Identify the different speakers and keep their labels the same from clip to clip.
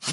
Speaker 1: 8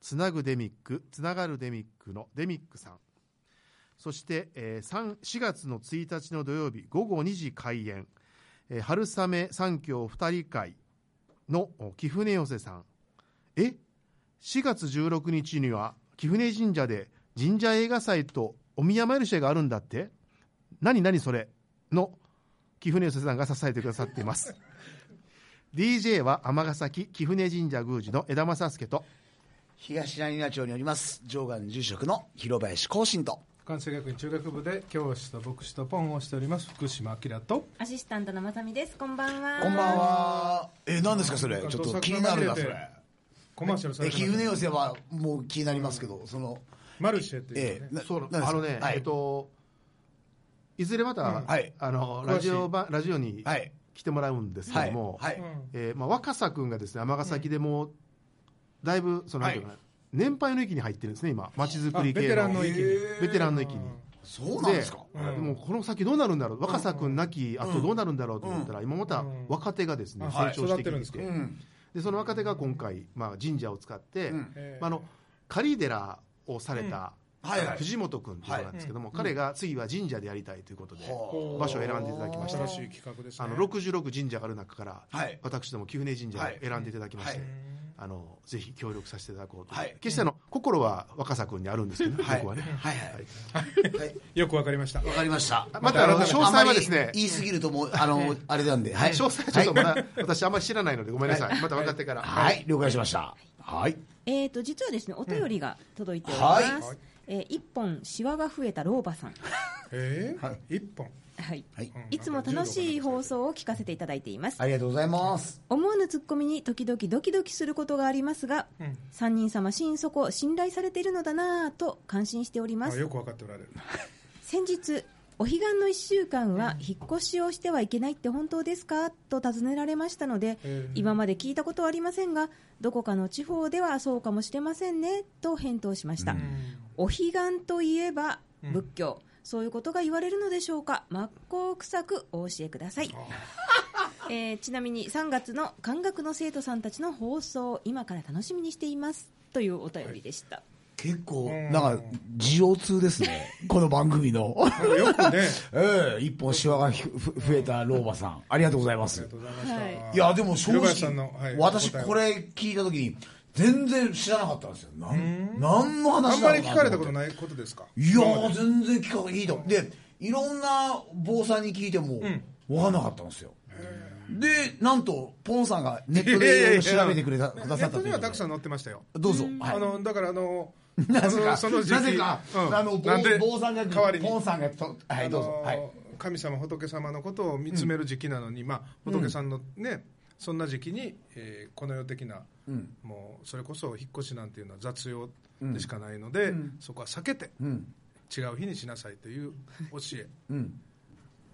Speaker 2: つなぐデミック、つながるデミックのデミックさん、そして、えー3 4月の1日の土曜日午後2時開演、えー春雨三協二人会のお貴船寄せさん。え ?4 月16日には貴船神社で神社映画祭とお宮参りシェがあるんだって何何それの貴船寄せさんが支えてくださっています。DJ は尼崎貴船神社宮司の枝正介と
Speaker 1: 東成那町におります、上岸住職の広林光信と、
Speaker 3: 関西学院中学部で教師と牧師とポンをしております福島明と
Speaker 4: アシスタントのまさみです。こんばんは。
Speaker 1: こんばん。は。え、何ですかそれちょっと気になるな、それ。
Speaker 3: コマーシャルさ
Speaker 1: え、
Speaker 3: れて
Speaker 1: 貴
Speaker 3: ます
Speaker 1: 船寄せはもう気になりますけど、その、
Speaker 3: マルシェってい
Speaker 1: え
Speaker 3: うのね
Speaker 1: え、な
Speaker 2: そう
Speaker 1: なんです
Speaker 2: あ
Speaker 1: か
Speaker 2: のね、
Speaker 1: はい
Speaker 2: えっといずれまた、
Speaker 1: はい
Speaker 2: あの
Speaker 3: 詳しい
Speaker 2: ラジオばラジオに
Speaker 1: はい
Speaker 2: 来てもらうんですけ
Speaker 1: は
Speaker 2: ど
Speaker 1: い、
Speaker 2: も、
Speaker 1: はい。
Speaker 2: えーまあ若狭君がですね尼崎でもうだいぶその、
Speaker 1: はい
Speaker 2: なんていうかな年配の域に入ってるんですね今まちづ
Speaker 3: あ
Speaker 2: くり系
Speaker 3: ベテランの域に
Speaker 2: ベテランの域に。
Speaker 1: そうなんですか
Speaker 3: うん
Speaker 2: でもうこの先どうなるんだろう、若狭君亡き後どうなるんだろうと思ったら、今また若手がですね、
Speaker 3: うん
Speaker 2: 成長して
Speaker 3: はい育ってるん
Speaker 2: きて
Speaker 3: です
Speaker 2: て
Speaker 3: か
Speaker 1: う
Speaker 2: で
Speaker 1: ん。
Speaker 2: その若手が今回、まあ、神社を使って、
Speaker 1: うん
Speaker 3: ええ
Speaker 2: まあ、あの狩寺をされた、
Speaker 1: はいはい。
Speaker 2: 藤本君という子なんですけども、彼が次は神社でやりたいということで、
Speaker 1: はあ
Speaker 2: 場所を選んでいただきました
Speaker 3: 新しい企画ですね
Speaker 2: あの66神社がある中から、
Speaker 1: はい
Speaker 2: 私ども貴船神社を選んでいただきまして、
Speaker 1: はい
Speaker 2: あのぜひ協力させていただこうと、
Speaker 1: はい
Speaker 2: 決してあの心は若狭君にあるんですけど、ね
Speaker 1: はい。
Speaker 2: 僕はね、
Speaker 1: はいはい。
Speaker 3: よくわかりました
Speaker 1: わかりました。
Speaker 2: またあの
Speaker 1: ま
Speaker 2: 詳細はですね
Speaker 1: あまり言いすぎるともう、あ の、あれなんで。はい。
Speaker 2: 詳細はちょっとまだ、私あんまり知らないのでごめんなさい、また分かってから、
Speaker 1: はいはい、了解しました。はい。
Speaker 4: えっ、と実はですねお便りが届いております。
Speaker 1: うん
Speaker 3: はい
Speaker 4: えー一本シワが増えた老婆さん。
Speaker 3: ええ一本
Speaker 4: はい。
Speaker 1: はい。
Speaker 4: いつも楽しい放送を聞かせていただいています。
Speaker 1: ありがとうございます。
Speaker 4: 思わぬツッコミに時々ドキドキすることがありますが、三人様心底信頼されているのだなぁと感心しておりま
Speaker 3: あ
Speaker 4: す。
Speaker 3: よくわかっておられる
Speaker 4: 先日お彼岸の1週間は引っ越しをしてはいけないって本当ですかと尋ねられましたので、
Speaker 3: ええ
Speaker 4: 今まで聞いたことはありませんがどこかの地方ではそうかもしれませんねと返答しました、お彼岸といえば仏教、そういうことが言われるのでしょうか真っ向臭くお教えください、 えーちなみに3月の漢学の生徒さんたちの放送今から楽しみにしていますというお便りでした、
Speaker 1: 結構
Speaker 3: う、ん
Speaker 1: なんか、需要通です ね。この番組 の。
Speaker 3: なんかよくね
Speaker 1: ええ、一本シワがひふ増えた老婆さん。ありがとうございま
Speaker 3: あり
Speaker 1: す
Speaker 3: が。とうございました、
Speaker 4: はい
Speaker 1: や、でも正
Speaker 3: 広林さ
Speaker 1: 直
Speaker 3: んの、はい
Speaker 1: 私
Speaker 3: 答えを
Speaker 1: これ聞いたときに、全然知らなかったんですよ。なん、なんの
Speaker 3: あ
Speaker 1: 話
Speaker 3: ん
Speaker 1: なの
Speaker 3: まり聞かれたこと
Speaker 1: い。
Speaker 3: ないことですか
Speaker 1: いやー、全然聞かれいいと。で、いろんな坊さんに聞いても、わかんなかったんですよ。で、なんと、ポンさんがネットでいろいろ調べてくれた、くだ
Speaker 3: ネ
Speaker 1: さ
Speaker 3: ッ
Speaker 1: った
Speaker 3: ト
Speaker 1: と
Speaker 3: に
Speaker 1: いう
Speaker 3: は
Speaker 1: こと
Speaker 3: た
Speaker 1: で
Speaker 3: くさん載ってましたよ
Speaker 1: どうぞ。はい
Speaker 3: あのだからあの
Speaker 1: なぜ
Speaker 3: あの
Speaker 1: か、
Speaker 3: その時期
Speaker 1: なぜか、
Speaker 3: うん
Speaker 1: あの、坊
Speaker 3: なんで
Speaker 1: 坊さんが、
Speaker 3: 代わりに
Speaker 1: ポンさんがと、はい、どうぞ。はい。
Speaker 3: 神様仏様のことを見つめる時期なのに、まあ、仏さんのね、そんな時期に、えーこの世的な、もうそれこそ引っ越しなんていうのは雑用でしかないので、そこは避けて、違う日にしなさいという教え、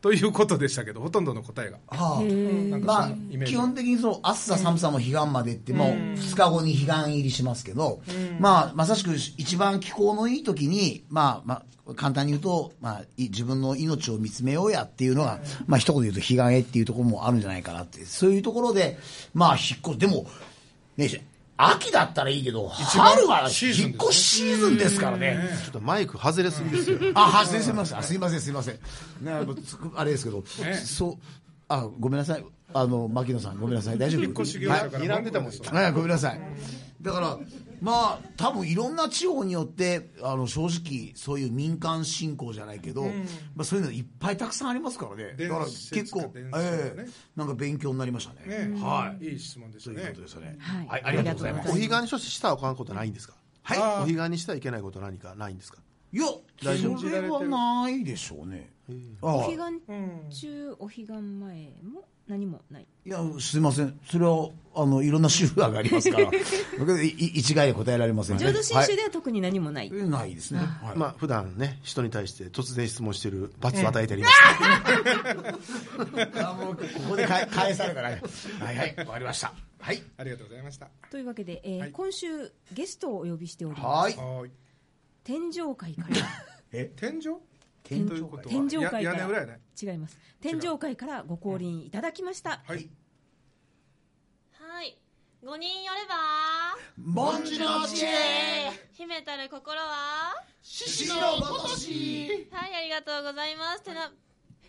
Speaker 3: ということでしたけどほとんどの答えが
Speaker 1: はあ
Speaker 3: なんか
Speaker 1: ま
Speaker 3: そ
Speaker 1: あ
Speaker 3: んなイメー、ジ
Speaker 1: 基本的にその暑さ寒さも彼岸までって、もう2日後に彼岸入りしますけど、まあ、まさしく一番気候のいい時に、まあ、まあ、簡単に言うと、まあ、い自分の命を見つめようやっていうのが、まあ、一言で言うと彼岸へっていうところもあるんじゃないかなって、そういうところで、まあ、引っ越し、でも、ね、秋だったらいいけど、
Speaker 3: 番
Speaker 1: 春は
Speaker 3: シーズ
Speaker 1: 引
Speaker 3: ン
Speaker 1: っ
Speaker 3: ですね
Speaker 1: 越しシーズンですからね。
Speaker 2: ちょっとマイク外れすぎですよ、
Speaker 1: あ、はすいません、すいません、すいません。ね、あのつくあれですけど、そう、あ、ごめんなさい。あの、牧野さん、ごめんなさい。大丈夫
Speaker 3: 引っ越し業者
Speaker 1: は
Speaker 3: か
Speaker 2: はい
Speaker 3: ら
Speaker 2: 睨んでたもん
Speaker 3: 文句を言う人
Speaker 1: いはい、ごめんなさい。だから、まあ、多分いろんな地方によって、あの、正直、そういう民間信仰じゃないけど、まあ、そういうのいっぱいたくさんありますからね。だから、
Speaker 3: 伝
Speaker 1: 結
Speaker 3: 説
Speaker 1: 構
Speaker 3: か、
Speaker 1: え
Speaker 3: 伝説かね
Speaker 1: えなんか勉強になりましたね。
Speaker 3: ね
Speaker 1: はい
Speaker 3: いい質問でし
Speaker 1: と
Speaker 3: た
Speaker 1: いう
Speaker 3: ね
Speaker 1: ことですよね。
Speaker 4: はい
Speaker 1: はい、ありがとうございま
Speaker 2: お
Speaker 1: す。
Speaker 2: 彼岸に処置したらあかんことないんですか、
Speaker 1: はい。
Speaker 2: お
Speaker 3: あ
Speaker 2: 彼岸にしたらいけないこと何かないんですか、
Speaker 1: いや、
Speaker 2: 大丈夫
Speaker 1: それはないでしょうね。あ
Speaker 4: お
Speaker 1: あ
Speaker 4: 彼岸
Speaker 3: うん
Speaker 4: 中、お彼岸前も何もない。
Speaker 1: いや、すいません。それは、あの、いろんな種類がありますから、僕い一概で答えられませんね
Speaker 4: 浄土真宗では特に何もない。
Speaker 1: はいないですね。はい
Speaker 2: まあ普段ね人に対して突然質問してる罰を与えてあります、
Speaker 1: あもうここで返返されたら、ね、はいはい、わかりました。はい。
Speaker 3: ありがとうございました。
Speaker 4: というわけで、えー
Speaker 3: はい
Speaker 4: 今週ゲストをお呼びしております。
Speaker 1: はい。
Speaker 3: はい。
Speaker 4: 天上界 から。
Speaker 1: え、
Speaker 3: 天井
Speaker 1: 天
Speaker 3: ということは
Speaker 4: 天井界
Speaker 3: や
Speaker 4: か
Speaker 3: 屋根裏やね
Speaker 4: ら。違います天井界からご降臨いただきました、
Speaker 3: はい。
Speaker 5: はい。五人よれば、
Speaker 1: もんじの知恵
Speaker 5: 秘めたる心は、
Speaker 1: 獅子のごとし
Speaker 5: はい、ありがとうございます。テラ、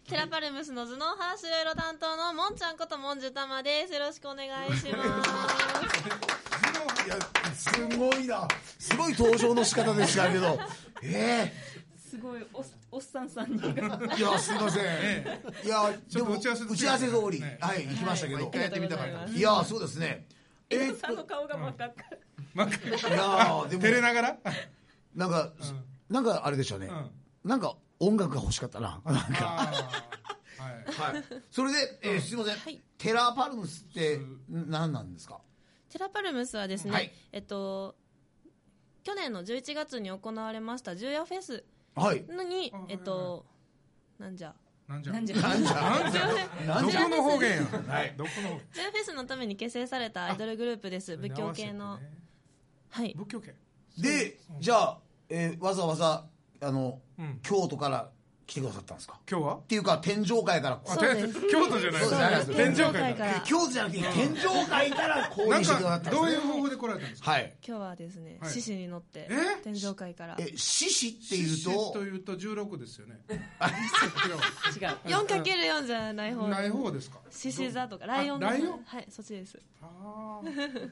Speaker 5: テラパルムスの頭脳派白色担当のもんちゃんこともんじゅたまです。よろしくお願いします。
Speaker 1: いや、すごいな。すごい登場の仕方でしたけど。え
Speaker 4: すごいおっおっさん さんに
Speaker 1: えいや、すいません。いや、
Speaker 3: ちょっと打ち合わせ
Speaker 1: 打ち合わせ通り、
Speaker 3: ね
Speaker 1: はい、行きましたけ
Speaker 3: まあ
Speaker 1: ど。
Speaker 3: 一回やってみたかっ
Speaker 5: ありがとうござい
Speaker 3: た
Speaker 5: ま
Speaker 1: いや、そうですね。え ーっ
Speaker 4: さんの
Speaker 1: と、
Speaker 4: 顔が真っ赤っか
Speaker 3: まあ
Speaker 1: いや、でも、
Speaker 3: 照れながら。
Speaker 1: なんか、なんかあれでしたね。なんか音楽が欲しかったな。なんか。
Speaker 3: あーはい。
Speaker 1: はい、 それで、えーすいません、テラパルムスって何なんですか
Speaker 5: テラパルムスはですね、
Speaker 1: はい
Speaker 5: えっと、去年の11月に行われました重夜フェス
Speaker 1: はい
Speaker 5: のに
Speaker 3: あはい、
Speaker 5: えっと、なん じゃ、
Speaker 3: なんじゃ。
Speaker 4: なんじゃ
Speaker 1: なんじゃ
Speaker 3: なんじゃ。ど
Speaker 1: なんじゃ
Speaker 3: この方言や。
Speaker 1: はい
Speaker 3: どこの方言
Speaker 5: 重夜フェスのために結成されたアイドルグループです。仏教系の。
Speaker 3: ね
Speaker 5: はい。
Speaker 3: 仏教系。
Speaker 1: でじゃあ、えーわざわざあの、
Speaker 3: うん
Speaker 1: 京都から来てくださったんですかっ
Speaker 3: 今日は
Speaker 1: ていうか天上界から
Speaker 3: あ
Speaker 1: こ
Speaker 5: そう
Speaker 3: て
Speaker 5: です
Speaker 3: 京都じゃない
Speaker 1: そうです
Speaker 3: 天井
Speaker 5: 上
Speaker 3: 界だ
Speaker 5: 界か
Speaker 1: う
Speaker 5: ら。
Speaker 1: 京都じゃなくて天上界から降
Speaker 3: な
Speaker 1: 臨
Speaker 3: ん
Speaker 1: してくださ
Speaker 3: か
Speaker 1: ったんで
Speaker 3: ど
Speaker 1: す
Speaker 3: う
Speaker 1: ね
Speaker 3: いう方法で来られたんですか
Speaker 1: はい
Speaker 5: 今日はですね、
Speaker 3: はい
Speaker 5: 獅子に乗って
Speaker 3: え
Speaker 5: 天上界から
Speaker 1: え獅子っていう
Speaker 3: 獅子
Speaker 1: と
Speaker 3: というと16ですよね
Speaker 4: 違う
Speaker 5: 4×4 じゃない
Speaker 3: 違
Speaker 5: 方
Speaker 3: うない
Speaker 5: で
Speaker 3: 方ですか
Speaker 5: 獅子座とかライオンの
Speaker 3: あライオン
Speaker 5: はいそっちです
Speaker 3: あ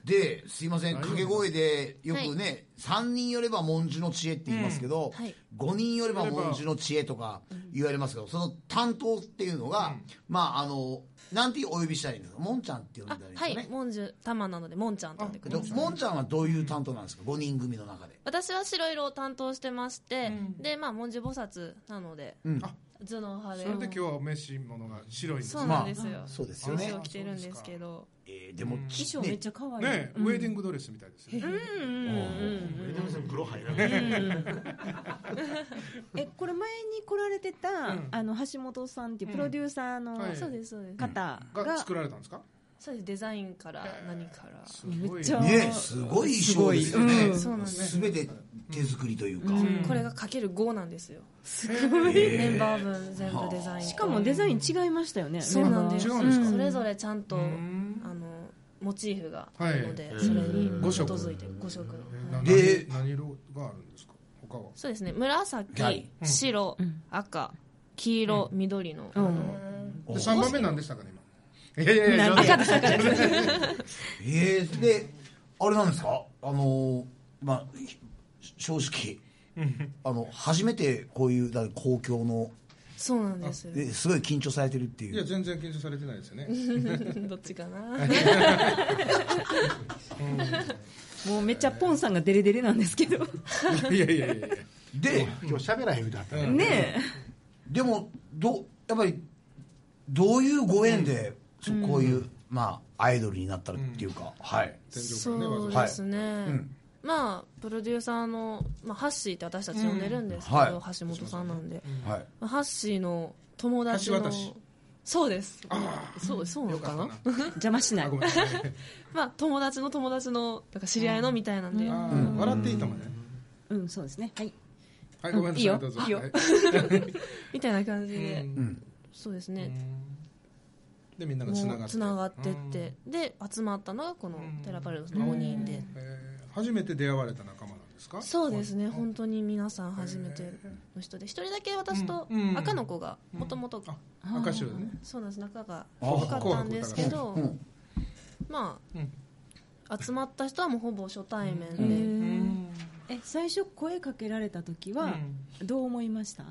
Speaker 1: ですいません掛け声でよくね、三3人よれば文殊の知恵って言いますけど、
Speaker 5: はい
Speaker 1: 五5人よれば文殊の知恵とか言われますけどその担当っていうのが、まああのなんてお呼びしたらいいんですかもんちゃんって呼んだ
Speaker 5: あ
Speaker 1: らいいんです
Speaker 5: は
Speaker 1: か
Speaker 5: い
Speaker 1: ね、
Speaker 5: モンジュタマなのでモンちゃんと呼んでくだ
Speaker 1: ど
Speaker 5: さい
Speaker 1: もんちゃんはどういう担当なんですか5人組の中で
Speaker 5: 私は白色を担当してまして、でまあモンジュ菩薩なので、
Speaker 1: ん
Speaker 5: あ頭脳
Speaker 3: あ
Speaker 5: 派
Speaker 3: そ
Speaker 5: で
Speaker 3: れで今日はお召し物が白いんです
Speaker 5: そう
Speaker 3: ね
Speaker 5: なんですよ、
Speaker 1: まあそうですよ
Speaker 5: 獅
Speaker 1: ね
Speaker 5: 子を着てるんですけど
Speaker 1: えーでも
Speaker 4: 衣装めっちゃ可愛い、
Speaker 3: ねウェディングドレスみたいですね
Speaker 5: うんうんう ん
Speaker 1: 黒入らない
Speaker 4: えこれ前に来られてた、
Speaker 3: ん
Speaker 4: あの橋本さんっていうプロデューサーの
Speaker 3: はい
Speaker 5: そうですそうです
Speaker 4: 方が,、
Speaker 3: が作られたんですか
Speaker 5: そうですデザインから何から
Speaker 3: すごい
Speaker 4: めっちゃ
Speaker 1: ねすごい衣装ですよね、
Speaker 4: うん
Speaker 5: そうなんです
Speaker 1: 全て手作りというか、
Speaker 5: これがかける5なんですよすごいメンバー分全部デザイン
Speaker 4: しかもデザイン違いましたよね
Speaker 5: そうなんです
Speaker 3: 違うんですか
Speaker 5: それぞれちゃんと
Speaker 3: ん
Speaker 5: あのモチーフがあるので、
Speaker 2: はい
Speaker 5: それに基
Speaker 3: 五色
Speaker 5: づいて5色
Speaker 3: な
Speaker 1: で
Speaker 3: 何何色があるんですか他は
Speaker 5: そうですね紫、
Speaker 1: はい
Speaker 5: 白、赤黄色、緑の、
Speaker 3: で3番目何でしたかね今いやいやいや
Speaker 4: なんで
Speaker 3: 冗談
Speaker 4: 赤でしたから
Speaker 1: えー、であれなんですかあのーまあひ正直あの初めてこういうだから公共の
Speaker 5: そうなんですよ
Speaker 1: ですごい緊張されてるってい
Speaker 3: いや
Speaker 1: う
Speaker 3: 全然緊張されてないですよね
Speaker 5: どっちかな
Speaker 4: もうめっちゃポンさんがデレデレなんですけど
Speaker 3: いやいやいやいや
Speaker 1: で
Speaker 2: 今日喋らへんみたいな、
Speaker 3: うん
Speaker 4: ね
Speaker 1: でもどやっぱりどういうご縁で、そうこういう、まあアイドルになったっていうか、はい
Speaker 3: 天
Speaker 5: そ
Speaker 3: 井からねわ
Speaker 5: う
Speaker 3: ざわ
Speaker 5: ですね、まあプロデューサーの、まあ、ハッシーって私たち呼んでるんですけど、
Speaker 1: うんはい
Speaker 5: 橋本さんなんで、
Speaker 1: はい
Speaker 5: まあハッシーの友達
Speaker 3: 橋
Speaker 5: の
Speaker 3: 渡し
Speaker 5: そうですそうそうな
Speaker 3: ざ
Speaker 5: の
Speaker 3: よか
Speaker 5: か
Speaker 3: っ
Speaker 5: な
Speaker 3: たな
Speaker 4: え邪魔しない
Speaker 3: あごめんなさい
Speaker 5: まあ友達の友達のだから知り合いのみたいなんで、
Speaker 3: あー笑っていいともね
Speaker 4: うんそうですねはい
Speaker 3: はいごめんなさ
Speaker 4: いいよ
Speaker 3: いどうぞ
Speaker 4: いいよ
Speaker 3: はい
Speaker 5: みたいな感じで、
Speaker 1: ん
Speaker 5: そうですね、
Speaker 3: でみんながつな
Speaker 5: も
Speaker 3: がっ
Speaker 5: う
Speaker 3: て
Speaker 5: つながってって、で集まったのがこのテラパルドスの5人で、
Speaker 3: えー初めて出会われた仲間なんですか
Speaker 5: そうですね
Speaker 3: ん
Speaker 5: 本当に皆さん初めての人で一人だけ私と
Speaker 3: うんうん
Speaker 5: 赤の子がもともと
Speaker 3: あ赤白でね
Speaker 5: そうなんです仲が
Speaker 1: あ
Speaker 5: 良かったんですけど、
Speaker 1: うん
Speaker 5: ま
Speaker 3: うん
Speaker 5: あ集まった人はもうほぼ初対面で、
Speaker 4: え最初声かけられた時はどう思いました、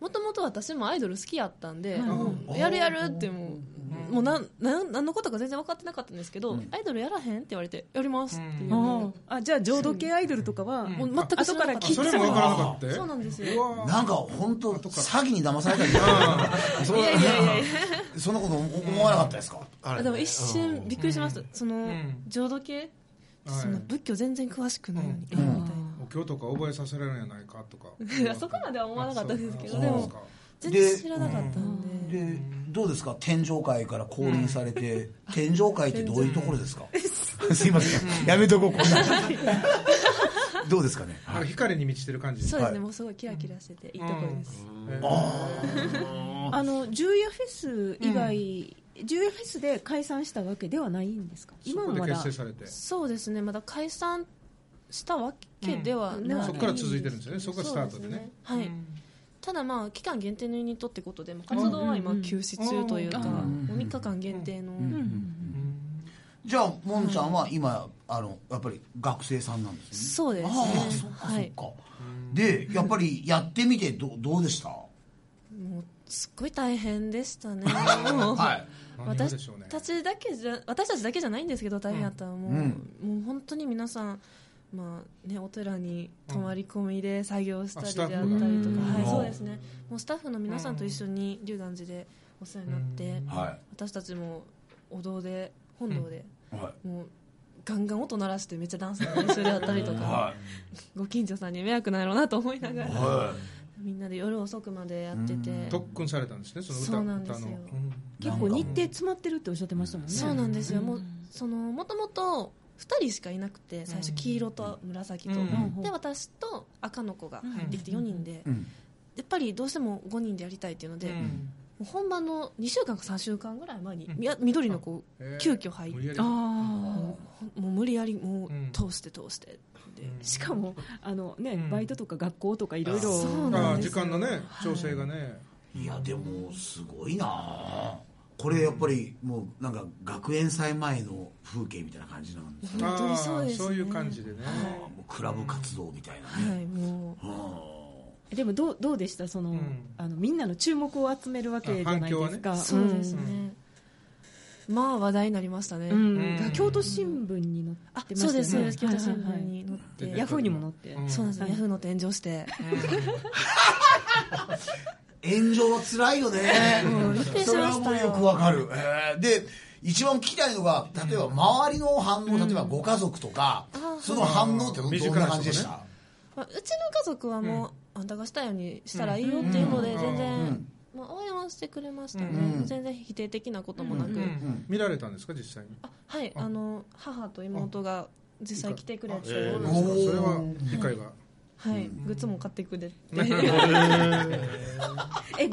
Speaker 5: もともと私もアイドル好きやったんで、
Speaker 4: はい
Speaker 5: もうやるやるってもうもうなんなん何のことか全然分かってなかったんですけど、アイドルやらへんって言われてやりますっていう、もう
Speaker 4: ああじゃあ浄土系アイドルとかはもう
Speaker 5: 全く知
Speaker 4: 後
Speaker 5: らな
Speaker 4: から
Speaker 5: かった
Speaker 4: 聞い
Speaker 3: そ
Speaker 4: て
Speaker 3: れも行かなかった
Speaker 5: そうなんですよ
Speaker 3: うわ
Speaker 1: なんか本当詐欺に騙されたりそんな そんなこと思わなかったですか
Speaker 2: あ
Speaker 5: あでも一瞬びっくりしました、その、
Speaker 3: ん
Speaker 5: 浄土系、
Speaker 3: はい
Speaker 5: その仏教全然詳しくないのに、
Speaker 1: ん
Speaker 5: みたい
Speaker 3: もう今日とか覚えさせられるんじゃないかと か
Speaker 5: いやそこまでは思わなかったですけ
Speaker 3: あ
Speaker 5: ど
Speaker 3: そう
Speaker 5: でも
Speaker 3: そうか
Speaker 5: 全然知らなかったんで
Speaker 1: でどうですか天上界から降臨されて、天上界ってどういうところですか すいませんやめとこうこんなどうですかね
Speaker 3: なんか光に満ちてる感じ
Speaker 5: そうですね、
Speaker 1: はい
Speaker 5: もうすごいキラキラしてていいところです、
Speaker 4: あの十夜フェス以外、十夜フェスで解散したわけではないんですか
Speaker 3: そ
Speaker 4: 今
Speaker 3: こ
Speaker 4: も
Speaker 3: で
Speaker 4: まだ
Speaker 3: 結成されて
Speaker 5: そうですねまだ解散したわけではない、
Speaker 4: うん
Speaker 3: そこから続いてるんですよねそこがスタートでね
Speaker 5: そうすはい、ただまあ期間限定のユニットってことでもう活動は今休止中というか、もう3日間限定の、
Speaker 1: じゃあもんちゃんは今あのやっぱり学生さんなんですね
Speaker 5: そうですね
Speaker 1: ああそっか
Speaker 5: はい
Speaker 1: そっか、でやっぱりやってみてどどうでした
Speaker 5: もうすっごい大変でしたね
Speaker 1: はい
Speaker 3: 何がでし
Speaker 5: 私
Speaker 3: ょうね
Speaker 5: たちだけじゃ私たちだけじゃないんですけど大変だったのはもう,、
Speaker 1: うん
Speaker 5: もう本当に皆さん、まあね、お寺に泊まり込みで作業したりであったりと
Speaker 3: あ
Speaker 5: か、
Speaker 3: ス
Speaker 5: はい、
Speaker 1: うん
Speaker 5: そうですねもうスタッフの皆さんと一緒に龍岩寺でお世話になって、
Speaker 1: は
Speaker 5: 私たちもお堂で本堂で、
Speaker 1: いは
Speaker 5: もうガンガン音鳴らしてめっちゃダンスの練習であったりと
Speaker 1: い
Speaker 5: か、
Speaker 1: は
Speaker 5: ご近所さんに迷惑なんやろうなと思いながら、
Speaker 1: いは
Speaker 5: みんなで夜遅くまでやってて。
Speaker 3: 特訓されたんですねその歌
Speaker 5: そうなんですよ
Speaker 3: 歌の
Speaker 4: 結構日程詰まってるっておっしゃってましたもんね
Speaker 5: そうなんですよ、もうそのもともと2人しかいなくて最初黄色と紫と、
Speaker 4: うん
Speaker 5: で私と赤の子が入ってきて4人で、
Speaker 1: い、うん
Speaker 5: やっぱりどうしても5人でやりたいっていうので、
Speaker 3: う
Speaker 5: も
Speaker 3: ん
Speaker 5: う本番の2週間か3週間ぐらい前に、みや緑の子急遽入っ
Speaker 3: 無
Speaker 5: て
Speaker 3: 理やり
Speaker 4: あ
Speaker 5: もう無理やりもう
Speaker 3: うん
Speaker 5: 通して通してで、
Speaker 4: あしかもあのね、バイトとか学校とかいろい
Speaker 5: あそう
Speaker 4: ろ
Speaker 5: な
Speaker 3: あー
Speaker 5: んで
Speaker 3: 時
Speaker 5: すよ
Speaker 3: 間のね調整がね
Speaker 1: いやでもすごいなあこれやっぱりもうなんか学園祭前の風景みたいな感じなんですね
Speaker 5: 本当にそうですね
Speaker 3: あーそういう感じでね
Speaker 1: もうクラブ活動みたいなね、
Speaker 5: はいもう
Speaker 4: でもどうどうでしたその、
Speaker 3: ん
Speaker 4: あのみんなの注目を集めるわけじゃないですか、
Speaker 3: あ
Speaker 5: そうです
Speaker 4: ん
Speaker 5: ね、まあ話題になりましたね、
Speaker 4: うん
Speaker 3: うん
Speaker 4: 京都新聞に載
Speaker 5: あ
Speaker 4: ってました
Speaker 5: そう
Speaker 4: よね
Speaker 5: ですそうです京都新
Speaker 4: はいはい
Speaker 5: 聞
Speaker 4: はい
Speaker 5: に載って、
Speaker 3: はいはい
Speaker 4: ヤフーにも載って、
Speaker 3: ん
Speaker 5: そうなんですよ、
Speaker 4: はい
Speaker 5: ヤフーの天井して
Speaker 1: 炎上は辛いよね、
Speaker 5: びっくりし
Speaker 1: それ
Speaker 5: ま
Speaker 1: は
Speaker 5: し
Speaker 1: もう
Speaker 5: た
Speaker 1: よく
Speaker 5: よ
Speaker 1: わかる、えーで一番聞きたいのが例えば周りの反応、例えばご家族とか、その反応ってど
Speaker 3: 身近
Speaker 1: どん
Speaker 3: な
Speaker 1: な
Speaker 3: 人
Speaker 1: 感じでした、
Speaker 5: まあうちの家族はもう、あんたがしたいようにしたらいいよっていうので全然、
Speaker 1: うん
Speaker 5: まあ、応援はしてくれましたね、
Speaker 1: うん
Speaker 5: 全然否定的なこともなく、
Speaker 3: うん見られたんですか実際に
Speaker 5: あはいあの母と妹が実際来てくれて、
Speaker 3: そうなん
Speaker 1: おー
Speaker 3: ですかそれは理解が
Speaker 5: はい、グッズも買ってくれて
Speaker 4: えグ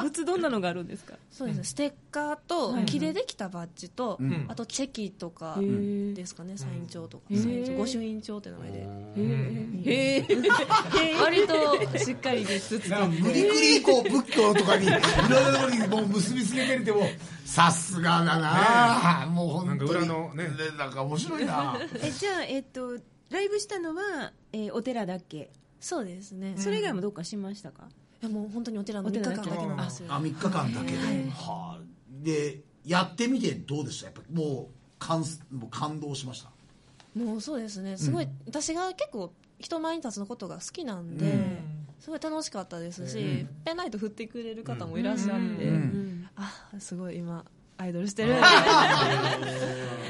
Speaker 4: ッズどんなのがあるん ですか、
Speaker 5: そうですねステッカーと
Speaker 4: はい
Speaker 5: 木でできたバッジと、
Speaker 1: ん
Speaker 5: あとチェキとか
Speaker 4: へー
Speaker 5: ですかねサイン帳とか、
Speaker 4: へー
Speaker 5: サイン帳御朱印帳って名前で
Speaker 4: へえ
Speaker 5: 割としっかりグッズ作って
Speaker 1: 無理くりこう仏教とかにいろんなところにもう結びつけてるってもうさすがだなあ、もう本当に
Speaker 3: なんか裏のね
Speaker 1: なんか面白いな
Speaker 4: えじゃあえっとライブしたのは、えーお寺だけ
Speaker 5: そうですね、
Speaker 4: それ以外もどっかしましたか、
Speaker 5: いやもう本当にお寺の3日間だけなんですよ
Speaker 1: あ3日間だけで、はあ、でやってみてどうでしたやっぱりもう感すもう感動しました
Speaker 5: もうそうですねすごい、私が結構人前に立つのことが好きなんで、すごい楽しかったですし、ペンライト振ってくれる方もいらっしゃって、あすごい今アイドルしてる、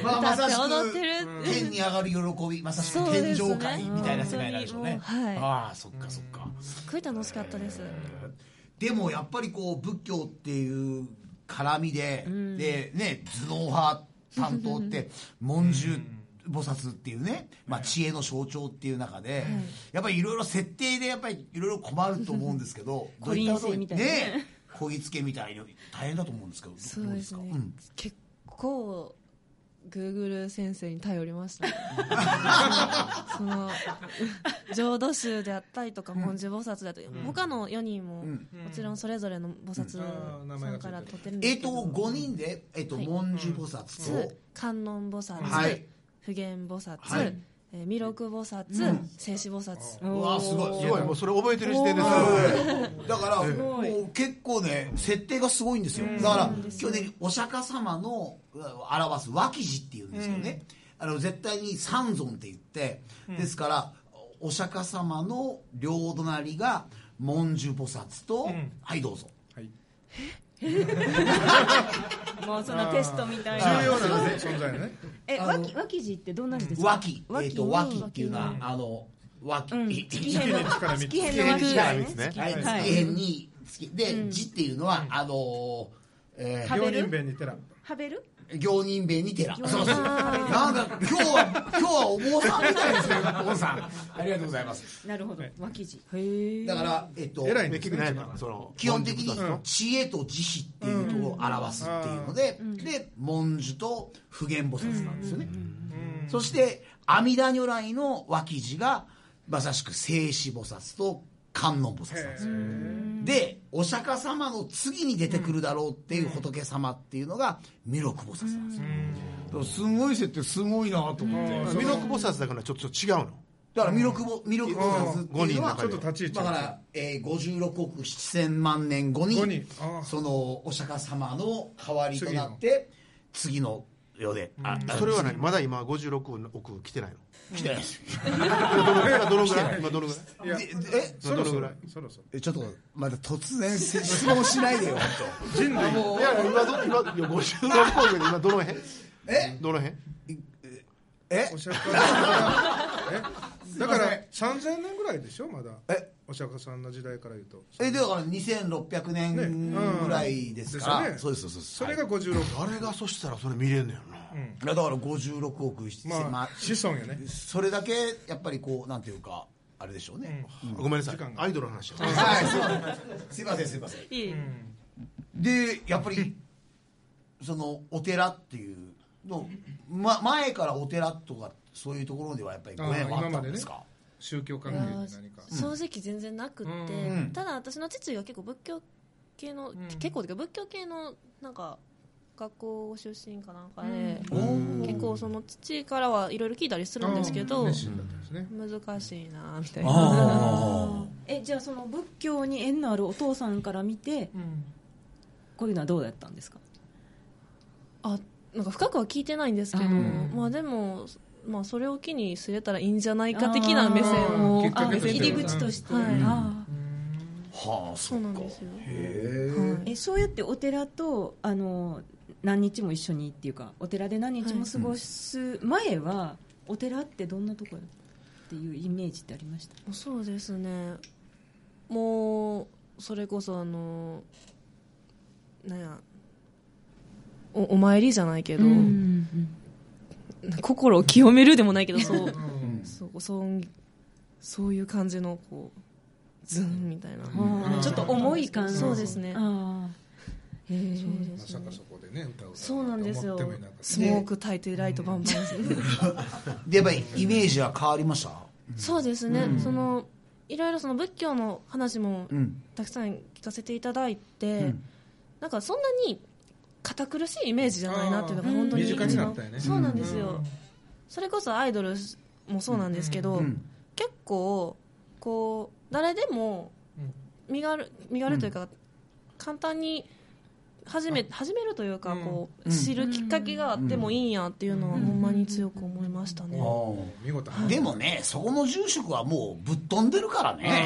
Speaker 1: まあま
Speaker 5: 歌
Speaker 1: さ
Speaker 5: って
Speaker 1: し
Speaker 5: 踊
Speaker 1: く
Speaker 5: ってるって
Speaker 1: 天に上がる喜びまさし
Speaker 5: そ
Speaker 1: く
Speaker 5: うで
Speaker 1: 天
Speaker 5: すね
Speaker 1: 上界みたいな世界なんでしょうね
Speaker 5: 本当にもうはい
Speaker 1: ああそっかそっか
Speaker 5: すっごい楽しかったです、
Speaker 1: でもやっぱりこう仏教っていう絡みで、でね頭脳派担当って文殊菩薩っていうね、まあ、知恵の象徴っていう中で、やっぱりいろいろ設定でやっぱりいろいろ困ると思うんですけ ど
Speaker 4: 孤立性みたいなね
Speaker 1: どうったことにねこぎつけみたいに大変だと思うんですけど
Speaker 5: そ
Speaker 1: どう
Speaker 5: うで
Speaker 1: です
Speaker 5: す
Speaker 1: か
Speaker 5: ね、
Speaker 1: うん
Speaker 5: 結構グーグル先生に頼り ました、ね、その浄土宗であったりとか文殊菩薩であったり、他の4人も、もちろんそれぞれの菩薩さんから取ってるんで
Speaker 1: え
Speaker 5: す
Speaker 1: っ
Speaker 5: けど、
Speaker 1: と5人で、えっと
Speaker 5: はい
Speaker 1: 文殊菩薩と、
Speaker 5: 観音菩薩、
Speaker 1: はい
Speaker 5: 普賢菩薩、
Speaker 1: はい
Speaker 5: えー弥勒菩薩、静止菩薩、
Speaker 1: うわすごいすごい
Speaker 2: すごいも
Speaker 1: も
Speaker 2: う
Speaker 1: う
Speaker 2: それ覚えてる時点です
Speaker 1: だから
Speaker 2: す
Speaker 1: も
Speaker 5: ごいう
Speaker 1: 結構ね設定がすごいんですよだから今日ねお釈迦様のを表す和記字っていうんですよね、あの絶対に三尊って言ってですからお釈迦様の両隣が文殊菩薩と、
Speaker 3: ん
Speaker 1: はいどうぞ
Speaker 3: はい
Speaker 4: もうそのテストみたい
Speaker 3: 重
Speaker 4: な
Speaker 3: 要な存在のね
Speaker 4: え
Speaker 1: あの
Speaker 4: 和記和記字ってどんなんですか
Speaker 1: 和記えっ、と和記っていうのは、あの和記、
Speaker 4: うん
Speaker 1: い
Speaker 4: 月変の
Speaker 3: 月から三つ
Speaker 4: 月変の和記
Speaker 1: 月
Speaker 4: だ
Speaker 1: 変
Speaker 4: ね
Speaker 2: の月
Speaker 1: はい、
Speaker 4: はい
Speaker 1: 月辺に月で、字っていうのは、あのーえー
Speaker 4: 食
Speaker 3: 両
Speaker 4: べる
Speaker 3: 人弁に寺
Speaker 4: ハベル
Speaker 1: 行人弁に寺そうそう
Speaker 4: あ
Speaker 1: なんか今日は今日はお坊さんみたいですねお坊さんありがとうございます
Speaker 4: ーなるほど和記字へー
Speaker 1: だからえっと
Speaker 3: 偉いね
Speaker 2: 結局何やったその
Speaker 1: 基本的
Speaker 3: うん
Speaker 1: に知恵と慈悲っていうところを表すっていうので、で文殊と普賢菩薩なんですよね、そして阿弥陀如来の脇字がまさしく静止菩薩と観音菩薩なんですよでお釈迦様の次に出てくるだろうっていう仏様っていうのが弥勒菩薩なんですよ、すごい設定すごいなと思って、
Speaker 2: 弥勒菩薩だからちょっと違うの
Speaker 1: だから弥勒菩弥勒菩薩っていうのは
Speaker 2: うん
Speaker 3: ちょっと立ち位置
Speaker 1: だから、えー、56億7000万年後に
Speaker 3: 後にああ
Speaker 1: そのお釈迦様の代わりとなって次の世で、ああ
Speaker 2: それは何まだ今56億来てないの
Speaker 1: 来てないです
Speaker 2: どのぐらい今どのぐらい
Speaker 3: いや
Speaker 1: でえ
Speaker 3: そ
Speaker 2: ど
Speaker 3: ろそ
Speaker 2: のぐら
Speaker 3: ろ
Speaker 2: い
Speaker 3: そろそろ
Speaker 1: えちょっとまだ突然質問しないで よ
Speaker 3: 人類
Speaker 2: いや今ど今いや56億で今どの辺
Speaker 1: え
Speaker 2: どの辺
Speaker 1: え
Speaker 3: お釈迦さんえだか
Speaker 1: すいませ
Speaker 3: ら
Speaker 1: ん
Speaker 3: 3000年ぐらいでしょまだ
Speaker 1: え
Speaker 3: お釈迦さんの時代から言うと
Speaker 1: えだから2600年ぐらいですから、
Speaker 3: ねうん
Speaker 1: そうですそうです
Speaker 3: それが
Speaker 1: はい
Speaker 3: 56
Speaker 2: 誰がそしたらそれ見れんのやろな、
Speaker 1: いやだから56億7000万、
Speaker 3: まあ子孫やね
Speaker 1: それだけやっぱりこうなんていうかあれでしょうね、
Speaker 2: あごめんなさい
Speaker 3: 時間が
Speaker 2: アイドルの話だ
Speaker 1: はい すいませんすいませんすいません
Speaker 5: いい
Speaker 1: でやっぱりそのお寺っていうの、ま、前からお寺とかそういうところではやっぱりご縁はあったんですか
Speaker 3: 宗教関
Speaker 5: い
Speaker 3: 係
Speaker 5: や
Speaker 3: で何
Speaker 5: ー
Speaker 3: か
Speaker 5: 正直全然なくって、
Speaker 3: うん
Speaker 5: ただ私の父が結構仏教系の、結構てか仏教系のなんか学校出身かなんかで、結構その父からはいろいろ聞いたりするんですけど、
Speaker 3: 熱心だったんですね
Speaker 5: 難しいなみたいな
Speaker 1: あ
Speaker 4: えじゃあその仏教に縁のあるお父さんから見てこういうのはどうだったんですか
Speaker 5: あなんか深くは聞いてないんですけど、
Speaker 4: うん
Speaker 5: まあでも、まあ、それを機に据えたらいいんじゃないか的な目線を
Speaker 3: あーきっか
Speaker 4: あ
Speaker 3: けとして
Speaker 4: 入り口として、
Speaker 5: はい
Speaker 4: あー
Speaker 1: はあ
Speaker 5: そ
Speaker 1: そうっ
Speaker 5: な
Speaker 1: か
Speaker 5: んですよ
Speaker 1: へ
Speaker 5: はい
Speaker 4: えそうやってお寺とあの何日も一緒にっていうかお寺で何日も過ごす前は、お寺ってどんなとこやっていうイメージってありました
Speaker 5: そうですねもうそれこそあのなんやおお参りじゃないけど、心を清めるでもないけどそうそうそうそういう感じのこうズンみたいな、
Speaker 4: あーちょっと重い感じ
Speaker 5: そうですね
Speaker 4: あーへー
Speaker 5: そうで
Speaker 3: ますさ
Speaker 5: ね
Speaker 3: かそこでね歌を歌と
Speaker 5: そうなんですよ
Speaker 3: 思ってもいなかった
Speaker 5: スモーク焚いてライトバンバンする
Speaker 1: でやっぱりイメージは変わりました
Speaker 5: そうですね、そのいろいろその仏教の話も
Speaker 1: うん
Speaker 5: たくさん聞かせていただいて、なんかそんなに堅苦しいイメージじゃないなっていうのが
Speaker 3: あー
Speaker 5: 本当に
Speaker 3: 身
Speaker 5: 一
Speaker 3: 近
Speaker 5: 番
Speaker 3: になったよね
Speaker 5: そうなんですよ、それこそアイドルもそうなんですけど、
Speaker 1: ん
Speaker 5: 結構こう誰でも身軽身軽というか、簡単に始め始めるというか、こう知るきっかけがあってもいいんやっていうのはほんまに強く思いましたね、
Speaker 3: 見事
Speaker 1: でもねそこの住職はもうぶっ飛んでるからね、ね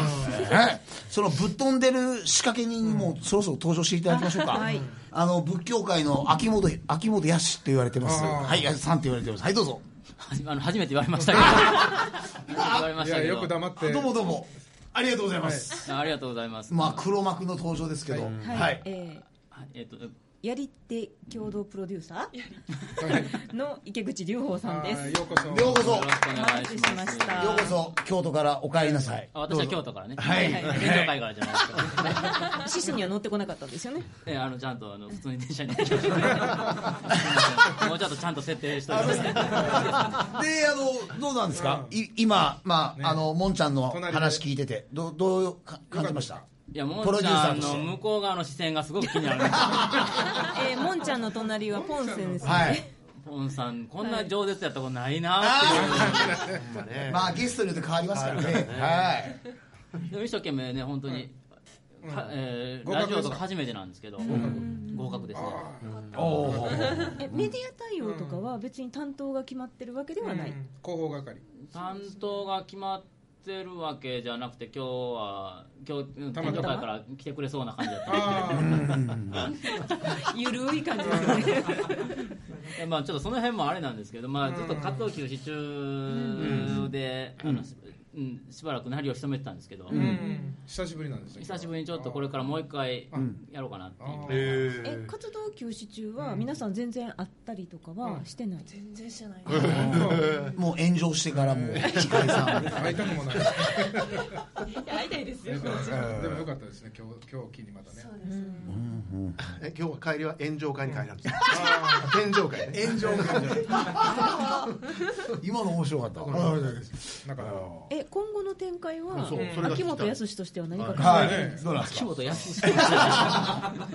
Speaker 1: そのぶっ飛んでる仕掛け人にもうそろそろ登場していただきましょうか、
Speaker 4: はい
Speaker 1: あの仏教界の秋元秋元康って言われてます
Speaker 3: あー
Speaker 1: はいさんって言われてますはいどうぞ
Speaker 6: はじあ の初めて言われましたけど初めて言われま
Speaker 3: い
Speaker 6: した
Speaker 3: や
Speaker 6: けど
Speaker 3: よく黙っ
Speaker 1: あ
Speaker 3: て
Speaker 1: どうもどうもありがとうございます、
Speaker 6: あありがとうございます、
Speaker 1: まあ黒幕の登場ですけど、はい、
Speaker 4: はい、え
Speaker 6: はいえっと
Speaker 4: ーやり手共同プロデューサ
Speaker 3: はい
Speaker 4: ーの池口隆法さんで
Speaker 3: あ
Speaker 4: す
Speaker 3: ーようこそ
Speaker 1: ようこそ
Speaker 6: よ
Speaker 1: よ
Speaker 6: ろしくお願い
Speaker 4: お
Speaker 6: しま
Speaker 4: 待ち
Speaker 6: す
Speaker 4: してました
Speaker 1: うこそ京都からお帰りなさい
Speaker 6: あ私は京都からね
Speaker 1: はい
Speaker 6: 勉強会からじゃないですけど
Speaker 4: 獅子には乗ってこなかったんです よね
Speaker 6: えあのちゃんとあの普通に電車に乗ってきましたもうちょっとちゃんと設定しております
Speaker 1: であのどうなんですか、い今まあ、あのもんちゃんの
Speaker 3: 隣で
Speaker 1: 話聞いててどうどうか感じました
Speaker 6: いやも
Speaker 1: プロ
Speaker 6: う
Speaker 1: デ
Speaker 6: ち
Speaker 1: ューサ
Speaker 6: ゃ
Speaker 1: ー
Speaker 6: ん
Speaker 1: として
Speaker 6: の向こう側の視線がすごく気になるんですよ
Speaker 4: えー、もんちゃんの隣はポンセンですね、
Speaker 1: はい
Speaker 6: ポンさんこんな饒舌やったことないなーっていう
Speaker 2: まあね
Speaker 1: まあゲストによって変わりますからねはい
Speaker 6: でも一生懸命ね本当に、かえー
Speaker 3: 合格
Speaker 6: ラジオと
Speaker 3: です
Speaker 6: か
Speaker 3: か
Speaker 6: 初めてなんですけど、合格ですね
Speaker 1: おー
Speaker 4: えメディア対応とかは別に担当が決まってるわけではない、
Speaker 3: うん広報係
Speaker 6: 担当が決まってるわけじゃなくて今日は今日うん
Speaker 3: た
Speaker 6: 天
Speaker 3: また
Speaker 6: 女
Speaker 3: ま
Speaker 6: 会から来てくれそうな感じだったんです
Speaker 3: あー
Speaker 4: ゆるい感じですよね
Speaker 6: けどまあちょっとその辺もあれなんですけどまあ
Speaker 3: うん
Speaker 6: ずっと活動休止中で、あのしうん、しばらくなりを潜めてたんですけど、
Speaker 3: うん久しぶりなんですよ
Speaker 6: 久しぶりにちょっとこれからもう一回やろうかなっていう、
Speaker 3: え
Speaker 4: え活動休止中は皆さん全然会ったりとかはしてない、
Speaker 5: 全然してない
Speaker 1: もう炎上してからもう光さん
Speaker 3: 会いたくもない
Speaker 5: 会いたいですよ
Speaker 3: でもよかったですね今日今日を機にまたね
Speaker 5: そうですね
Speaker 2: え今日は帰りは炎上会に帰らん です天上会ね
Speaker 1: 炎上感じ今の面白かった
Speaker 3: なんか
Speaker 4: え今後の展開は
Speaker 2: そうそれが聞きたい
Speaker 4: 秋元康としては何か考
Speaker 1: は
Speaker 4: えてるんで
Speaker 1: い
Speaker 4: す
Speaker 1: どうなんです
Speaker 6: 秋
Speaker 1: か
Speaker 6: 元康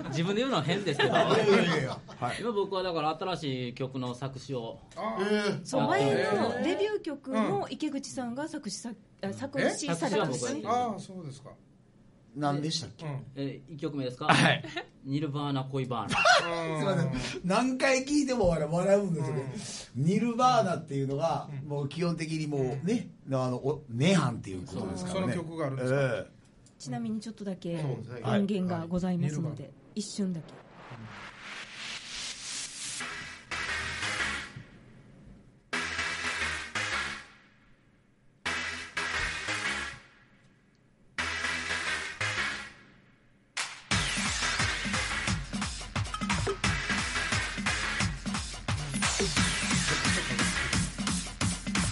Speaker 6: 自分で言うのは変ですけど
Speaker 1: いやいやいや
Speaker 6: 今僕はだから新しい曲の作詞を
Speaker 3: あ
Speaker 2: え
Speaker 3: ー
Speaker 2: ー
Speaker 4: そう
Speaker 6: あ
Speaker 4: 前
Speaker 3: そう
Speaker 4: のデビュー曲も池口さんが作詞さあ作詞されたんですね
Speaker 6: え
Speaker 3: あーそうですか
Speaker 1: 何でしたっけ
Speaker 3: うん
Speaker 6: え1曲目ですか、はい、ニルバーナ恋バーナ
Speaker 1: すいません何回聞いても笑笑うんですけど、ニルバーナっていうのが、もう基本的にもうね、あのお涅槃っていうことですからね
Speaker 3: その曲があるんですか
Speaker 1: え
Speaker 4: ちなみにちょっとだけ
Speaker 2: そうですね
Speaker 4: 音源がございますので、
Speaker 3: は
Speaker 4: 一瞬だけ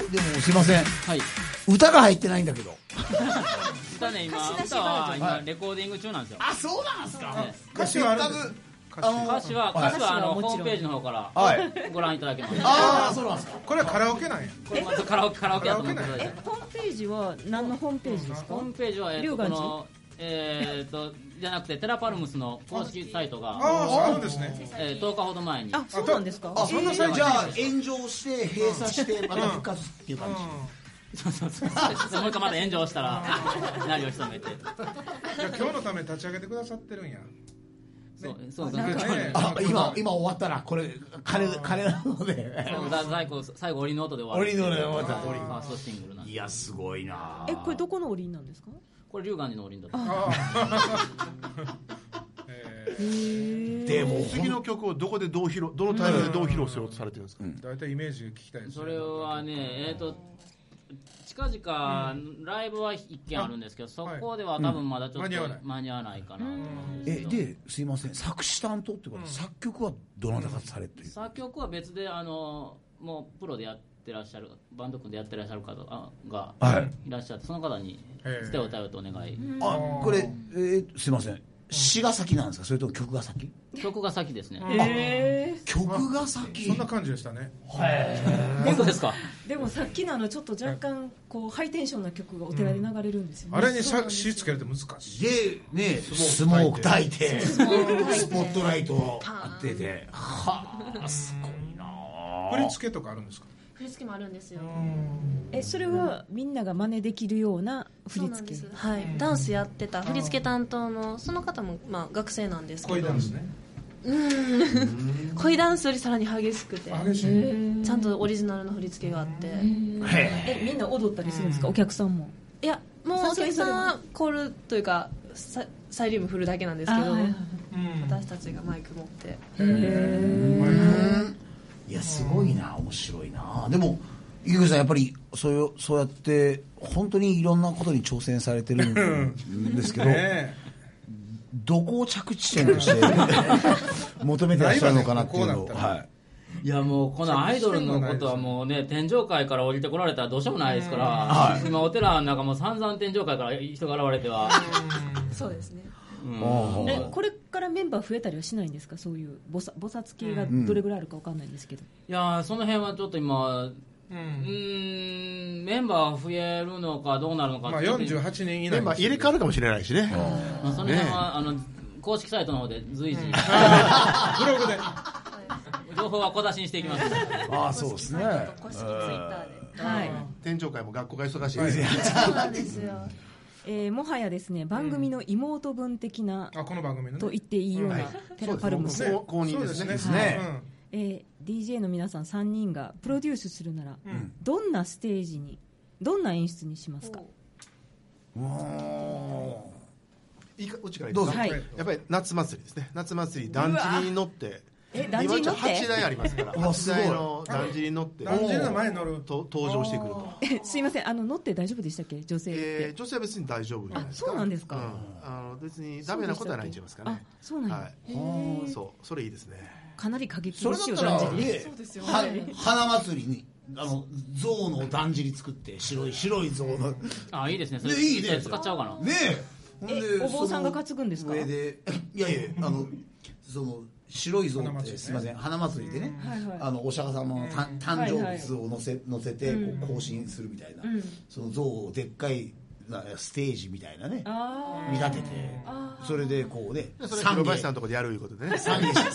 Speaker 1: えでもすいません
Speaker 6: はい
Speaker 1: 歌が入ってないんだけど
Speaker 6: 歌ね今
Speaker 4: 歌詞なし
Speaker 6: 歌は
Speaker 1: バージョン
Speaker 6: 今
Speaker 1: はい
Speaker 6: レコーディング中なんですよ
Speaker 1: あそうなんですか
Speaker 6: ね
Speaker 3: 歌詞はあるんです歌詞
Speaker 1: あの
Speaker 6: 歌詞は
Speaker 1: はい
Speaker 6: 歌詞はあの
Speaker 4: 歌詞はもちろん
Speaker 6: ホームページの方から
Speaker 1: はい
Speaker 6: ご覧いただけます
Speaker 1: ああそうなんですか
Speaker 3: これはカラオケなんや
Speaker 6: これまたカラオケカラオケやと思ってくださ
Speaker 4: え
Speaker 6: い
Speaker 4: ホームページは何のホームページですか
Speaker 6: ホームページはえっ
Speaker 4: 龍眼
Speaker 6: とこ
Speaker 4: 寺
Speaker 6: のえーっとじゃなくてテラパルムスの公式サイトが、
Speaker 3: あああるんですね
Speaker 6: えー、10日ほど前に
Speaker 4: あそうなんですか
Speaker 1: あそんな
Speaker 6: えー
Speaker 1: さじゃあ炎上して閉鎖してまた復活っていう感じ、
Speaker 6: そうそうそうそうもう一回また炎上したらなりを潜めて
Speaker 3: じゃあ今日のため立ち上げてくださってるんや
Speaker 6: そうそうそう
Speaker 3: なんかね
Speaker 1: あ今今終わったらこれ金金なので
Speaker 6: 最後最後オリノートで終わ
Speaker 1: 俺
Speaker 6: る
Speaker 1: にので終わった
Speaker 6: ファーストシングルなん で
Speaker 1: いやすごいな
Speaker 4: えこれどこのおりなんですか
Speaker 6: これ龍眼寺のオリンだ
Speaker 3: あ あえー
Speaker 1: でも
Speaker 2: 次の曲をどこでどう披露どのタイミングでどう披露しようとされてるんですか、
Speaker 3: 大体イメージ聞きたいですね
Speaker 6: それはねえっ、と近々ライブは一件あるんですけど、そこでは多分まだちょ
Speaker 3: 間
Speaker 6: っと
Speaker 3: に合わない
Speaker 6: 間に合わないかなと思うんです
Speaker 1: え
Speaker 6: けど、
Speaker 1: ですいません作詞担当ってこと、作曲はどなたがされてる、
Speaker 6: 作曲は別であのもうプロでやってらっしゃるバンド組んでやってらっしゃる方がが
Speaker 1: はい
Speaker 6: いらっしゃって、その方に
Speaker 3: へえ
Speaker 6: ステを頼ってお願い、
Speaker 1: あこれ、えーすいません詞が先なんですかそれとも曲が先
Speaker 6: 曲が先ですね、
Speaker 4: え
Speaker 1: 曲が先
Speaker 3: そんな感じでしたね
Speaker 6: 本当ですか
Speaker 4: でもさっきのあのちょっと若干こうハイテンションな曲がお寺で流れるんですよね、
Speaker 3: あれにさ詞つけるって難しい
Speaker 1: でねスモーク焚いてスポットライトを当ててはあすごいな
Speaker 3: 振り付けとかあるんですか
Speaker 5: 振り付けもあるんですよ
Speaker 4: えそれはみんなが真似できるような振
Speaker 5: そう
Speaker 4: り
Speaker 5: なん
Speaker 4: 付
Speaker 5: で
Speaker 4: け
Speaker 5: すはいダンスやってた振り付け担当のその方もまあ学生なんですけ
Speaker 3: 恋
Speaker 5: ど
Speaker 3: ダンスね
Speaker 5: 恋ダンスよりさらに激しくて
Speaker 3: 激しいね
Speaker 5: ちゃんとオリジナルの振り付けがあって
Speaker 1: へ
Speaker 4: えみんな踊ったりするんですか、お客さんも
Speaker 5: いやもう
Speaker 4: さ
Speaker 5: お
Speaker 4: すが
Speaker 5: 客
Speaker 4: にそれは
Speaker 5: さんコールというかササイリウム振るだけなんですけど
Speaker 4: あー
Speaker 5: 私たちがマイク持って
Speaker 1: えいやすごいな面白いなでもゆうこさんやっぱりそういうそうやって本当にいろんなことに挑戦されてるんですけど、
Speaker 3: ね
Speaker 1: どこを着地点として求めてらっしゃるのかなっていうのを、
Speaker 3: ないわねこうなったら
Speaker 1: はい
Speaker 6: いやもうこのアイドルのことはもうね天上界から降りてこられたらどうしようもないですから、今お寺の中も散々天上界から人が現れては、
Speaker 5: そうですね
Speaker 6: うん
Speaker 1: お
Speaker 4: え
Speaker 1: ー
Speaker 4: これからメンバー増えたりはしないんですかそういう菩薩菩薩系がどれぐらいあるかわかんないんですけど、
Speaker 6: いやーその辺はちょっと今う
Speaker 3: えう
Speaker 6: ー
Speaker 3: ん
Speaker 6: んメンバーが増えるのかどうなるのか
Speaker 3: まあ
Speaker 6: ちょっと
Speaker 3: 48人以
Speaker 2: で
Speaker 3: 内
Speaker 2: まあ入れ替わるかもしれないしね、
Speaker 6: まあその辺は、あの公式サイトの方で随時、
Speaker 3: ブログで
Speaker 6: 情情報は小出しにしていきます。
Speaker 1: ああ、そうですね。
Speaker 5: 公式ツイッターで。
Speaker 4: はい
Speaker 2: 店長会も学校が忙しいですね
Speaker 7: そうなんですよ。
Speaker 4: えーもはやですね番組の妹分的な、
Speaker 3: あこの番組の
Speaker 4: と
Speaker 3: ね
Speaker 4: 言っていいような、
Speaker 2: はい
Speaker 4: テラパルムス、
Speaker 2: そうですね公認ですね
Speaker 3: そう
Speaker 1: ですね
Speaker 3: うん
Speaker 4: えー DJ の皆さん3人がプロデュースするなら、どんなステージにどんな演出にしますか
Speaker 2: いいかこっちからいい
Speaker 1: ど
Speaker 2: で
Speaker 1: うぞ
Speaker 2: すか
Speaker 4: はい
Speaker 2: やっぱり夏祭りですね夏祭りだんじりに乗って
Speaker 4: え団地に乗
Speaker 2: 今一
Speaker 4: っ
Speaker 2: 応8
Speaker 4: て
Speaker 2: 台ありますから
Speaker 1: うわす
Speaker 2: 8
Speaker 1: ごい
Speaker 2: 台のだんじりに乗って
Speaker 3: 男女の前に乗る
Speaker 2: と登場してくると
Speaker 4: すいませんあの乗って大丈夫でしたっけ女性って、
Speaker 2: えー女性は別に大丈夫じゃないですか
Speaker 4: あそうなんですか
Speaker 2: うんあの別にダメなことはないんちゃいますかね
Speaker 4: あそうなんや
Speaker 2: はいそうそれいいですね
Speaker 4: かなり過激
Speaker 1: それ
Speaker 4: で
Speaker 1: だ
Speaker 4: すよ
Speaker 1: った
Speaker 4: 団
Speaker 1: ら、
Speaker 4: 地に
Speaker 1: ね
Speaker 7: そうですよ
Speaker 1: は
Speaker 7: ね
Speaker 1: 花祭りに、あの、象のだんじり作って、白い、白い象の。ね
Speaker 6: あ、いいですね。それ
Speaker 1: ねいいね
Speaker 6: それ使っちゃおうかな。
Speaker 1: え。ほん
Speaker 4: えお坊さんが
Speaker 1: その
Speaker 4: 担ぐんですか
Speaker 1: 上で、いやいや、あの、その、白い象
Speaker 3: 花
Speaker 1: っ
Speaker 3: 祭り
Speaker 1: て、
Speaker 3: ね
Speaker 1: すみません、花祭りでね
Speaker 4: はいはい、
Speaker 1: あの、お釈迦様の誕誕生物を乗せ、乗せて、こう、行進するみたいな。その象をでっかい、なステージみたいなね、
Speaker 4: あ
Speaker 1: 見立てて、それで、こうね、
Speaker 2: それ黒林
Speaker 1: し
Speaker 2: さんのところでやるいうことでね
Speaker 1: 懺悔し、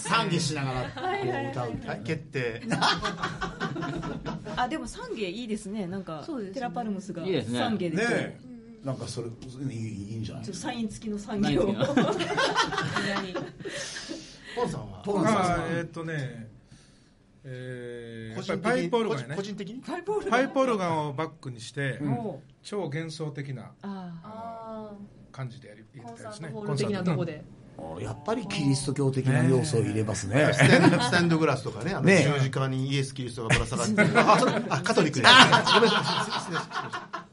Speaker 1: 懺悔しながら、こう歌うみた
Speaker 2: はいい
Speaker 1: な。
Speaker 2: 決定
Speaker 4: ーあでも三芸いいですねなんか
Speaker 5: そうですね
Speaker 4: テラパルムスが
Speaker 6: いいですね
Speaker 4: 三芸ですね
Speaker 1: ねえなんかそれいいいいんじゃない
Speaker 4: ちょっとサイン付きの三
Speaker 6: 何
Speaker 4: 芸
Speaker 6: 言っ
Speaker 4: を
Speaker 6: てんの
Speaker 2: ポンさんは
Speaker 1: ポンさん
Speaker 3: あ
Speaker 1: さ
Speaker 3: ーえーっとねえー
Speaker 2: 個
Speaker 3: やっぱ
Speaker 2: 人
Speaker 3: りパイ
Speaker 2: 的
Speaker 3: プオルガン
Speaker 2: に
Speaker 3: やね
Speaker 2: 個人的に
Speaker 4: パイプオルガ
Speaker 3: パ
Speaker 4: ン
Speaker 3: イプオルガンをバックにして
Speaker 4: もう
Speaker 3: 超幻想的な
Speaker 4: あー
Speaker 5: あ
Speaker 3: 感じでやりやり
Speaker 5: あ、コン
Speaker 3: たい
Speaker 5: サ
Speaker 3: です
Speaker 5: ー
Speaker 3: ね
Speaker 5: トホール的なとこ
Speaker 3: コ
Speaker 5: で。
Speaker 1: あやっぱりキリスト教的な要素を入れますね
Speaker 2: スタンドスタンドグラスとかねあの
Speaker 1: ねえ
Speaker 2: 十字架にイエス・キリストがぶら下がってる あそれあカトリックですごめんなさ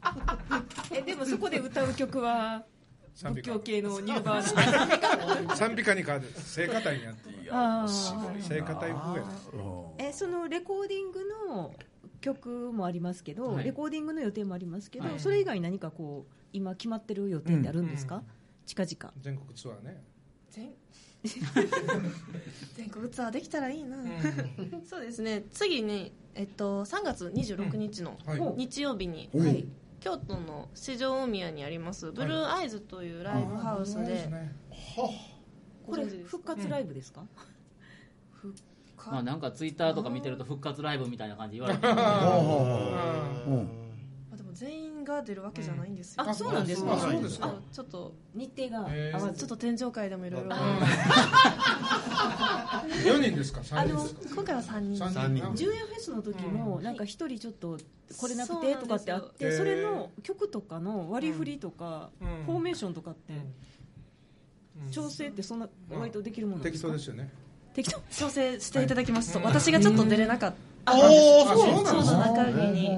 Speaker 4: えでもそこで歌う曲は
Speaker 3: 賛美
Speaker 4: 仏
Speaker 3: 歌
Speaker 4: 教系のニルバー
Speaker 3: ンサート賛美歌に変えて聖歌隊にやって
Speaker 4: ナあー
Speaker 3: 聖歌隊風やね
Speaker 4: えそのレコーディングの曲もありますけど、
Speaker 6: はい
Speaker 4: レコーディングの予定もありますけど、
Speaker 6: はい
Speaker 4: それ以外に何かこう今決まってる予定ってあるんですか、
Speaker 3: うん
Speaker 4: 近々
Speaker 3: 全国ツアーね
Speaker 5: 全 全国ツアーできたらいいな、そうですね次に、えっと、3月26日の
Speaker 3: はい
Speaker 5: 日曜日に、
Speaker 1: うん
Speaker 5: はい京都の四条大宮にありますブルーアイズというライブハウスで、
Speaker 4: これ復活ライブですか、
Speaker 6: まあなんかツイッターとか見てると復活ライブみたいな感じ言われて
Speaker 5: あでも全員が出るわけじゃないんですよ、
Speaker 4: あそうなんですか
Speaker 3: あそうですか
Speaker 5: あちょっと
Speaker 4: 日程が
Speaker 3: へー
Speaker 4: 合わ
Speaker 5: ち
Speaker 4: ず
Speaker 5: ょっと天上界でもいろいろ
Speaker 3: 4人ですか
Speaker 5: あ
Speaker 3: 3人
Speaker 5: の
Speaker 3: ですか
Speaker 5: 今回は3人
Speaker 3: 三
Speaker 2: 三人
Speaker 3: あ
Speaker 4: 重要フェスの時も
Speaker 5: うん
Speaker 4: なんか一人ちょっとこれなく
Speaker 5: そう
Speaker 4: て
Speaker 5: なんです
Speaker 4: とか
Speaker 5: よ
Speaker 4: ってあって、
Speaker 3: へー
Speaker 4: それの曲とかの割り振りとか、
Speaker 3: うん
Speaker 4: フォーメーションとかって
Speaker 3: うん
Speaker 4: 調整ってそんな割とできるものなんで
Speaker 3: 適
Speaker 4: すか、
Speaker 3: 当ですよね
Speaker 4: 適当
Speaker 5: 調整していただきますと、私がちょっと出れなかった
Speaker 3: お
Speaker 5: そう
Speaker 3: そうな
Speaker 5: そ
Speaker 3: の
Speaker 5: うそう中海に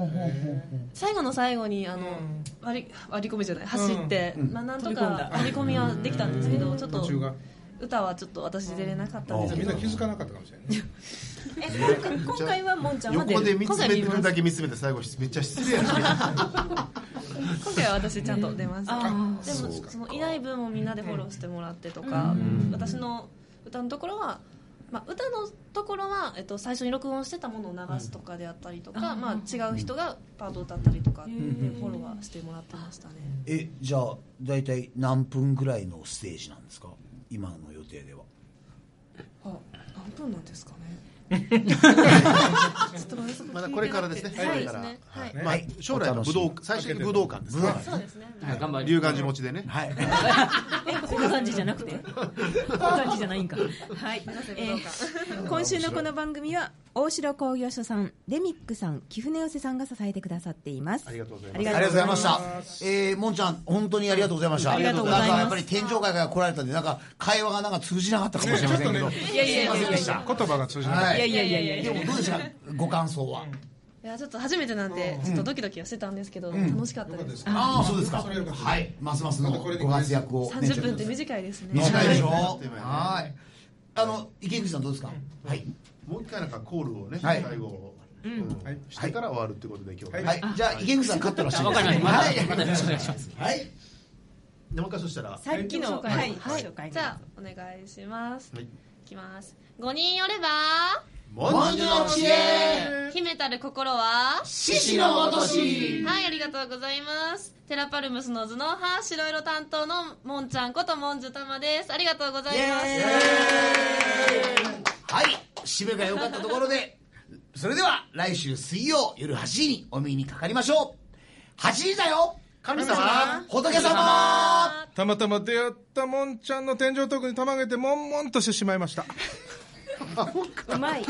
Speaker 5: 最後の最後にあの、
Speaker 3: うん
Speaker 5: 割り割り込みじゃない走って、まあ、なん
Speaker 4: 飛
Speaker 5: と
Speaker 4: び込ん
Speaker 5: か
Speaker 4: だ
Speaker 5: 割り込みはできたんですけどちょっ
Speaker 3: 途
Speaker 5: と
Speaker 3: 中が
Speaker 5: 歌はちょっと私出れなかったんです
Speaker 3: み
Speaker 5: け
Speaker 3: んな
Speaker 5: ど
Speaker 3: 気づかなかったかもしれないね
Speaker 4: え今回今回はもんちゃんは出
Speaker 2: 横で
Speaker 4: る
Speaker 2: 見つめてるだけ見つめて最後 めっちゃ失礼やし
Speaker 5: 今回は私ちゃんと出ますで
Speaker 4: あ
Speaker 5: もそのいない分もみんなでフォローしてもらってとか、私の歌のところは、まあ、歌のところは、えっと、最初に録音してたものを流すとかであったりとか、まあ、違う人がパートを歌ったりとかっていうフォローはしてもらってましたね、
Speaker 1: えじゃあ大体何分ぐらいのステージなんですか今の予定では
Speaker 5: あ何分なんですかねちょっとごめんなさい
Speaker 2: まだこれからですね
Speaker 5: は
Speaker 2: こ
Speaker 5: い
Speaker 2: れから
Speaker 5: はい
Speaker 2: はい
Speaker 3: ね
Speaker 2: まあ将来の武道最初に武道館ですね
Speaker 5: そうですね
Speaker 6: 頑張り
Speaker 2: 龍眼寺持ちでね
Speaker 1: はい
Speaker 4: え、高山寺じゃなくて高山寺じゃないんか。はい。えー今週のこの番組は、大城工業所さん、デミックさん、貴船寄せさんが支えてくださっています。
Speaker 2: ありがとうございます
Speaker 4: あり
Speaker 1: ありがとうございまし
Speaker 4: す
Speaker 1: た。えー、もんちゃん、本当にありがとうございました。
Speaker 4: ありがとうございます
Speaker 1: なんかやっぱり天井会から来られたんで、なんか会話がなんか通じなかったかもしれ ませんけど。
Speaker 3: ねちょっ
Speaker 4: いやいやいやいやいや。
Speaker 3: 言葉が通じなかった
Speaker 1: はい
Speaker 4: やいやいやいやい
Speaker 1: で
Speaker 4: や
Speaker 1: もどうでしたご感想は。
Speaker 5: いやちょっと初めてなんでちょっとドキドキはしてたんですけど、楽しかったです
Speaker 1: ああ、そうですか。
Speaker 3: それよかった
Speaker 1: はい。ますますのご活躍を、ね。
Speaker 5: 30分って短いですね
Speaker 1: 短いでしょ
Speaker 2: は
Speaker 1: はいい。あの、池口さんどうですかはい。
Speaker 2: もう一回なんかコールをね
Speaker 1: はい
Speaker 2: 最後うん
Speaker 3: はい
Speaker 2: してから終わるってことで今日はね
Speaker 1: はい。じゃあ、池口さん勝ったらしい
Speaker 6: わ
Speaker 1: で
Speaker 6: か
Speaker 1: す
Speaker 6: り
Speaker 1: ね。
Speaker 6: ました。ま
Speaker 1: は
Speaker 6: た、またよろしくお願いします。
Speaker 1: い。はい。
Speaker 2: でもう一回そしたら
Speaker 4: さっきの、はい、
Speaker 5: はい
Speaker 4: 紹介
Speaker 5: じゃあお願いします、
Speaker 2: はい
Speaker 5: い、きます5人よれば
Speaker 2: もんじゅの知恵
Speaker 5: 秘めたる心は
Speaker 1: 獅子の落とし
Speaker 5: はいありがとうございますテラパルムスの頭脳派白色担当のもんちゃんこともんじゅたまですありがとうございます
Speaker 1: はい。締めが良かったところで、それでは来週水曜夜8時にお目にかかりましょう。8時だよ神様仏様
Speaker 3: たまたま出会ったもんちゃんの天井トークにたまげて悶々としてしまいました
Speaker 4: うまい